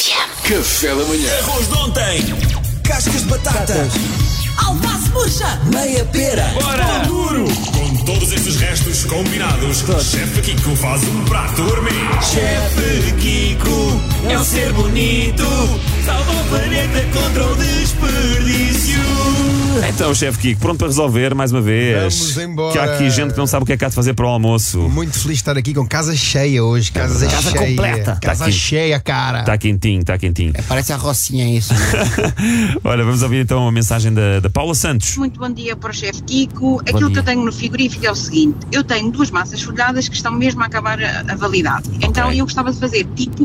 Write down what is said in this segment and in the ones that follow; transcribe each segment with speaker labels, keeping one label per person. Speaker 1: Café da manhã.
Speaker 2: Arroz de ontem. Cascas de batata.
Speaker 3: Alface murcha!
Speaker 2: Meia pera.
Speaker 4: Bora!
Speaker 2: Pão duro.
Speaker 5: Com todos esses restos combinados, Chefe Kiko faz um prato gourmet.
Speaker 4: Chefe Kiko é um ser bonito. Salva o planeta contra o desperdício.
Speaker 5: Então, chefe Kiko, pronto para resolver mais uma vez.
Speaker 6: Vamos embora.
Speaker 5: Que há aqui gente que não sabe o que é que há de fazer para o almoço.
Speaker 6: Muito feliz de estar aqui com casa cheia hoje. Casa,
Speaker 5: Casa
Speaker 6: cheia.
Speaker 5: completa. Tá
Speaker 6: Casa
Speaker 5: aqui.
Speaker 6: cheia, cara.
Speaker 5: Está quentinho, está quentinho.
Speaker 7: É, Parece a Rocinha isso. né?
Speaker 5: Olha, vamos ouvir então a mensagem da, da Paula Santos.
Speaker 8: Muito bom dia para o chefe Kiko. Aquilo que
Speaker 5: dia.
Speaker 8: eu tenho no frigorífico é o seguinte: eu tenho duas massas folhadas que estão mesmo a acabar a, a validade. Então eu gostava de fazer tipo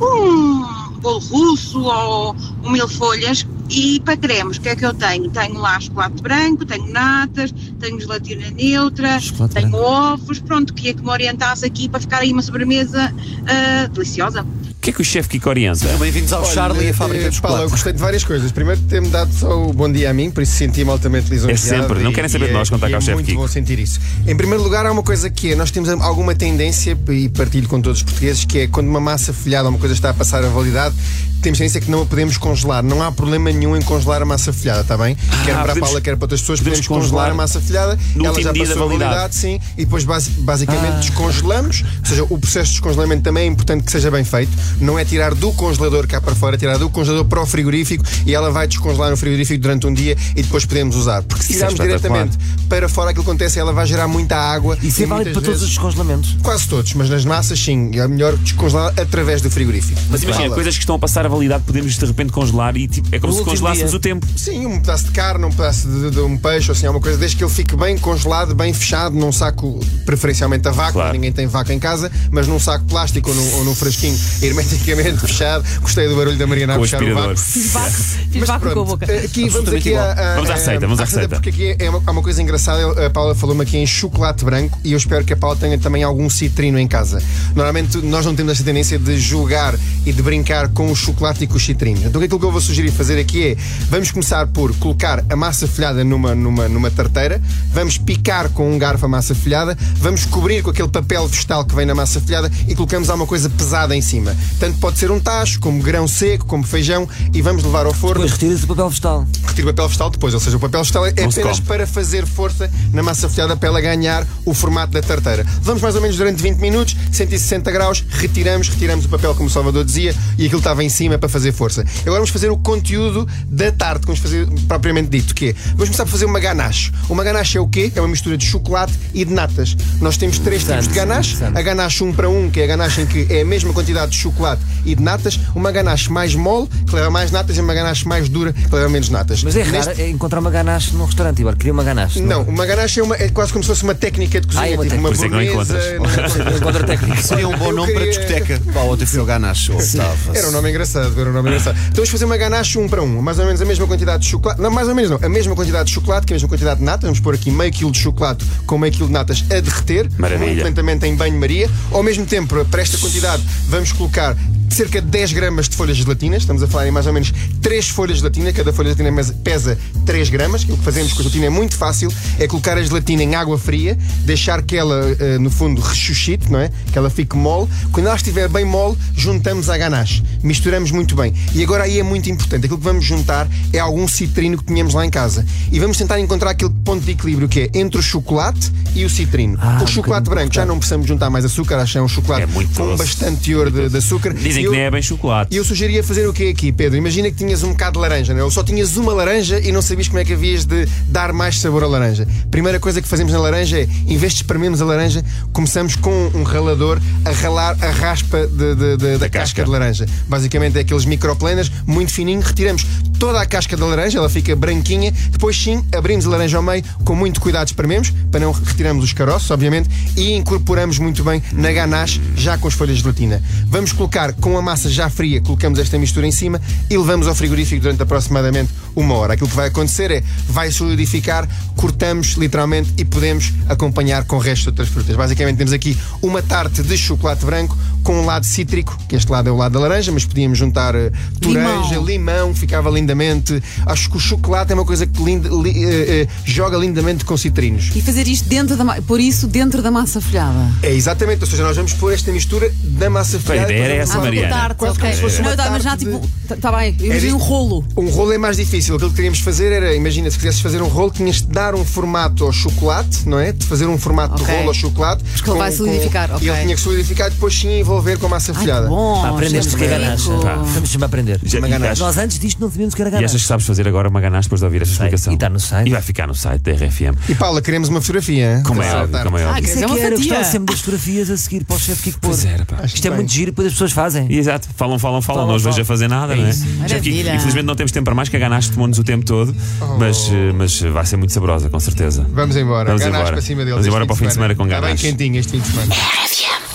Speaker 8: um bolo russo ou um mil folhas. E para cremes, o que é que eu tenho? Tenho lá chocolate branco, tenho natas, tenho gelatina neutra,
Speaker 7: Chocolate
Speaker 8: tenho ovos. Pronto, queria que me orientasse aqui para ficar aí uma sobremesa ah, deliciosa.
Speaker 5: O que é que o chefe Kiko orienta?
Speaker 4: Então, Bem-vindos ao Charlie e a fábrica de
Speaker 6: Eh, Paulo, eu
Speaker 4: chocolate.
Speaker 6: gostei de várias coisas. Primeiro, ter-me dado só o bom dia a mim, por isso senti-me altamente lisonjeado.
Speaker 5: É sempre, não
Speaker 6: e-
Speaker 5: querem saber
Speaker 6: e
Speaker 5: de nós,
Speaker 6: é-
Speaker 5: contar
Speaker 6: e
Speaker 5: cá ao
Speaker 6: é
Speaker 5: chefe
Speaker 6: muito
Speaker 5: Kiko.
Speaker 6: bom sentir isso. Em primeiro lugar, há uma coisa que é: nós temos alguma tendência, e partilho com todos os portugueses, que é quando uma massa folhada ou uma coisa está a passar a validade, temos tendência que não a podemos congelar. Não há problema nenhum em congelar a massa folhada, está bem? quer para
Speaker 5: Ah, podemos-
Speaker 6: a Paula, quer para outras pessoas,
Speaker 5: podemos
Speaker 6: podemos, congelar,
Speaker 5: congelar
Speaker 6: a massa folhada,
Speaker 5: no
Speaker 6: ela
Speaker 5: último
Speaker 6: já
Speaker 5: dia da
Speaker 6: passou a
Speaker 5: validade.
Speaker 6: validade, sim, e depois basi-
Speaker 7: Ah.
Speaker 6: basicamente descongelamos, ou seja, o processo de descongelamento também é importante que seja bem feito, não é tirar do congelador cá para fora, é tirar do congelador para o frigorífico e ela vai descongelar no frigorífico durante um dia e depois podemos usar, porque se
Speaker 5: Isso é
Speaker 6: tirarmos
Speaker 5: espetacular.
Speaker 6: diretamente para fora aquilo que acontece, é ela vai gerar muita água
Speaker 7: Isso é válido
Speaker 6: muitas
Speaker 7: para todos os
Speaker 6: vezes-
Speaker 7: descongelamentos.
Speaker 6: Quase todos, mas nas massas sim, é melhor descongelar através do frigorífico.
Speaker 5: Mas imagina,
Speaker 6: Fala.
Speaker 5: coisas que estão a passar a validade podemos de repente congelar e tipo, é como
Speaker 4: No
Speaker 5: se
Speaker 4: último
Speaker 5: congelássemos
Speaker 4: dia.
Speaker 5: o tempo.
Speaker 6: Sim, um pedaço de carne, um pedaço de, de um peixe, ou assim, alguma coisa, desde que ele fique bem congelado, bem fechado, num saco preferencialmente a vácuo,
Speaker 5: Claro.
Speaker 6: ninguém tem vaca em casa, mas num saco plástico ou num, ou num frasquinho hermeticamente fechado. Gostei do barulho da Mariana a
Speaker 5: Com o
Speaker 6: fechar o
Speaker 5: aspirador.
Speaker 6: vácuo.
Speaker 3: Fiz vácuo, fiz
Speaker 6: Mas
Speaker 3: vácuo com a
Speaker 6: pronto, eh,
Speaker 3: boca.
Speaker 6: Aqui, vamos aqui à, à-
Speaker 5: Vamos à receita, vamos à receita.
Speaker 6: Porque aqui é uma, há uma coisa engraçada. eu- A Paula falou-me aqui em chocolate branco e eu espero que a Paula tenha também algum citrino em casa. Normalmente nós não temos esta tendência de julgar e de brincar com o chocolate e com os citrinos. Então aquilo que eu vou sugerir fazer aqui é vamos começar por colocar a massa folhada numa, numa, numa tarteira, vamos picar com um garfo a massa folhada, vamos cobrir com aquele papel vegetal que vem na massa folhada e colocamos alguma coisa pesada em cima. Tanto pode ser um tacho, como grão seco, como feijão e vamos levar ao forno
Speaker 7: Depois retira-se o papel vegetal.
Speaker 6: retiro o papel vegetal depois, ou seja, o papel vegetal é
Speaker 5: se
Speaker 6: apenas
Speaker 5: come.
Speaker 6: para fazer força na massa folhada para ela ganhar o formato da tarteira. Vamos mais ou menos durante 20 minutos, 160 graus, retiramos, retiramos o papel, como o Salvador dizia, e aquilo estava em cima para fazer força. Agora vamos fazer o conteúdo da tarte, que vamos fazer propriamente dito, que é, vamos começar por fazer uma ganache. Uma ganache é o quê? É uma mistura de chocolate e de natas. Nós temos três tipos de ganache, a ganache 1 para 1, que é a ganache em que é a mesma quantidade de chocolate e de natas, uma ganache mais mole, que leva mais natas, e uma ganache mais dura, que leva menos natas.
Speaker 7: Mas é
Speaker 6: Neste-
Speaker 7: raro é encontrar uma ganache num restaurante, Ibar. Queria uma ganache.
Speaker 6: Não, uma ganache é, uma- é quase como se fosse uma técnica de cozinha,
Speaker 7: Ah, é uma
Speaker 6: tipo uma
Speaker 5: técnica. Por isso é que não
Speaker 6: bolonhesa,
Speaker 5: encontras.
Speaker 6: não é?
Speaker 7: Encontra técnico.
Speaker 4: Seria um bom
Speaker 6: Eu
Speaker 4: nome para
Speaker 6: queria-
Speaker 4: discoteca. Pá, ontem fui ao Ganache. Estava.
Speaker 6: Era um nome engraçado, era um nome engraçado. Então vamos fazer uma ganache um para um, mais ou menos a mesma quantidade de chocolate. Não, mais ou menos não, a mesma quantidade de chocolate, que é a mesma quantidade de natas. Vamos pôr aqui meio quilo de chocolate com meio quilo de natas a derreter,
Speaker 5: Maravilha.
Speaker 6: muito lentamente em banho-maria. Ao mesmo tempo, para esta quantidade, vamos colocar cerca de 10 gramas de folhas de gelatina. Estamos a falar em mais ou menos 3 folhas de gelatina. Cada folha de gelatina mes- pesa 3 gramas. O que fazemos com a gelatina é muito fácil. É colocar a gelatina em água fria, deixar que ela, eh, no fundo, ressuscite, não é? Que ela fique mole. Quando ela estiver bem mole, juntamos a ganache. Misturamos muito bem. E agora aí é muito importante. Aquilo que vamos juntar é algum citrino que tínhamos lá em casa. E vamos tentar encontrar aquele ponto de equilíbrio que é entre o chocolate e o citrino. o chocolate branco, já não precisamos juntar mais açúcar, acho que é um chocolate
Speaker 5: É muito
Speaker 6: com
Speaker 5: doce.
Speaker 6: bastante teor de, de açúcar.
Speaker 5: Dizem
Speaker 6: Eu-
Speaker 5: que nem é bem chocolate.
Speaker 6: e eu sugeria fazer o quê aqui, Pedro? Imagina que tinhas um bocado de laranja, não é? Ou só tinhas uma laranja e não sabias como é que havias de dar mais sabor à laranja. Primeira coisa que fazemos na laranja é, em vez de espremermos a laranja, começamos com um ralador a ralar a raspa de- de- de- da, casca.
Speaker 5: casca.
Speaker 6: de laranja. Basicamente é aqueles microplanas, muito fininho, retiramos toda a casca da laranja, ela fica branquinha, depois sim, abrimos a laranja ao meio, com muito cuidado esprememos, para não retirarmos os caroços, obviamente, e incorporamos muito bem na ganache, já com as folhas de gelatina. Vamos colocar com a massa já fria, colocamos esta mistura em cima e levamos ao frigorífico durante aproximadamente uma hora. Aquilo que vai acontecer é, vai solidificar, cortamos literalmente e podemos acompanhar com o resto de outras frutas. Basicamente temos aqui uma tarte de chocolate branco com um lado cítrico, que este lado é o lado da laranja, mas podíamos juntar eh, toranja, limão, ficava lindamente. Acho que o chocolate é uma coisa que linda- li- eh, eh, joga lindamente com citrinos.
Speaker 3: E fazer isto dentro da ma- por isso dentro da massa folhada.
Speaker 6: É exatamente, ou seja, nós vamos pôr esta mistura da massa
Speaker 5: A
Speaker 6: folhada.
Speaker 5: ideia era essa,
Speaker 3: Ah,
Speaker 5: Mariana.
Speaker 3: tarte,
Speaker 6: Quase
Speaker 3: ok.
Speaker 6: como se fosse uma
Speaker 3: Não, tá, mas já
Speaker 6: tarte de-
Speaker 3: tipo, tá, tá bem, eu imaginei
Speaker 6: di-
Speaker 3: um rolo.
Speaker 6: Um rolo é mais difícil. Aquilo que queríamos fazer era, imagina, se quisesses fazer um rolo, tinhas de dar um formato ao chocolate, não é? De fazer um formato de
Speaker 3: Ok.
Speaker 6: rolo ao chocolate. Porque
Speaker 3: ele vai solidificar,
Speaker 6: E ele
Speaker 3: ok.
Speaker 6: tinha que solidificar e depois sim envolver com a massa
Speaker 3: Ai, que
Speaker 6: folhada.
Speaker 3: bom.
Speaker 7: Pá, aprendeste o que é
Speaker 3: José
Speaker 7: ganache.
Speaker 3: Rico.
Speaker 5: Pá.
Speaker 7: Vamos sempre aprender.
Speaker 5: Já-
Speaker 7: Uma
Speaker 5: e
Speaker 7: ganache.
Speaker 5: achas-
Speaker 7: Nós antes disto não sabíamos o que era
Speaker 5: E
Speaker 7: ganache.
Speaker 5: achas
Speaker 3: é
Speaker 5: que sabes fazer agora uma ganache depois de ouvir esta explicação?
Speaker 7: e tá no site.
Speaker 5: E vai ficar no site da RFM.
Speaker 6: E Paula, queremos uma fotografia. hein?
Speaker 5: Como é
Speaker 6: Dessa
Speaker 5: óbvio,
Speaker 6: tarde.
Speaker 5: como é
Speaker 3: Ah,
Speaker 5: óbvio.
Speaker 3: que é uma
Speaker 7: que era, eu
Speaker 3: fatia.
Speaker 7: gostava sempre das fotografias a seguir para o chefe Kiko Porto.
Speaker 5: Pois era, pá.
Speaker 7: Isto é
Speaker 6: Bem.
Speaker 7: muito giro e depois as pessoas fazem.
Speaker 5: E Exato, falam, falam, falam,
Speaker 7: Falam,
Speaker 5: não os vejo
Speaker 7: falam.
Speaker 5: a fazer nada,
Speaker 7: É
Speaker 5: não é?
Speaker 7: isso.
Speaker 5: Já que,
Speaker 3: Maravilha.
Speaker 5: infelizmente não temos tempo para mais, que a ganache tomou-nos o tempo todo, mas, eh,
Speaker 7: Oh.
Speaker 5: mas vai ser muito saborosa, com certeza.
Speaker 6: Vamos embora.
Speaker 5: Vamos
Speaker 6: Ganache
Speaker 5: embora.
Speaker 6: para cima deles.
Speaker 5: Vamos embora
Speaker 6: Tá este
Speaker 5: para o fim de semana com
Speaker 6: Está bem
Speaker 5: ganache.
Speaker 6: quentinho este fim de semana.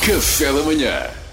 Speaker 9: Café da manhã.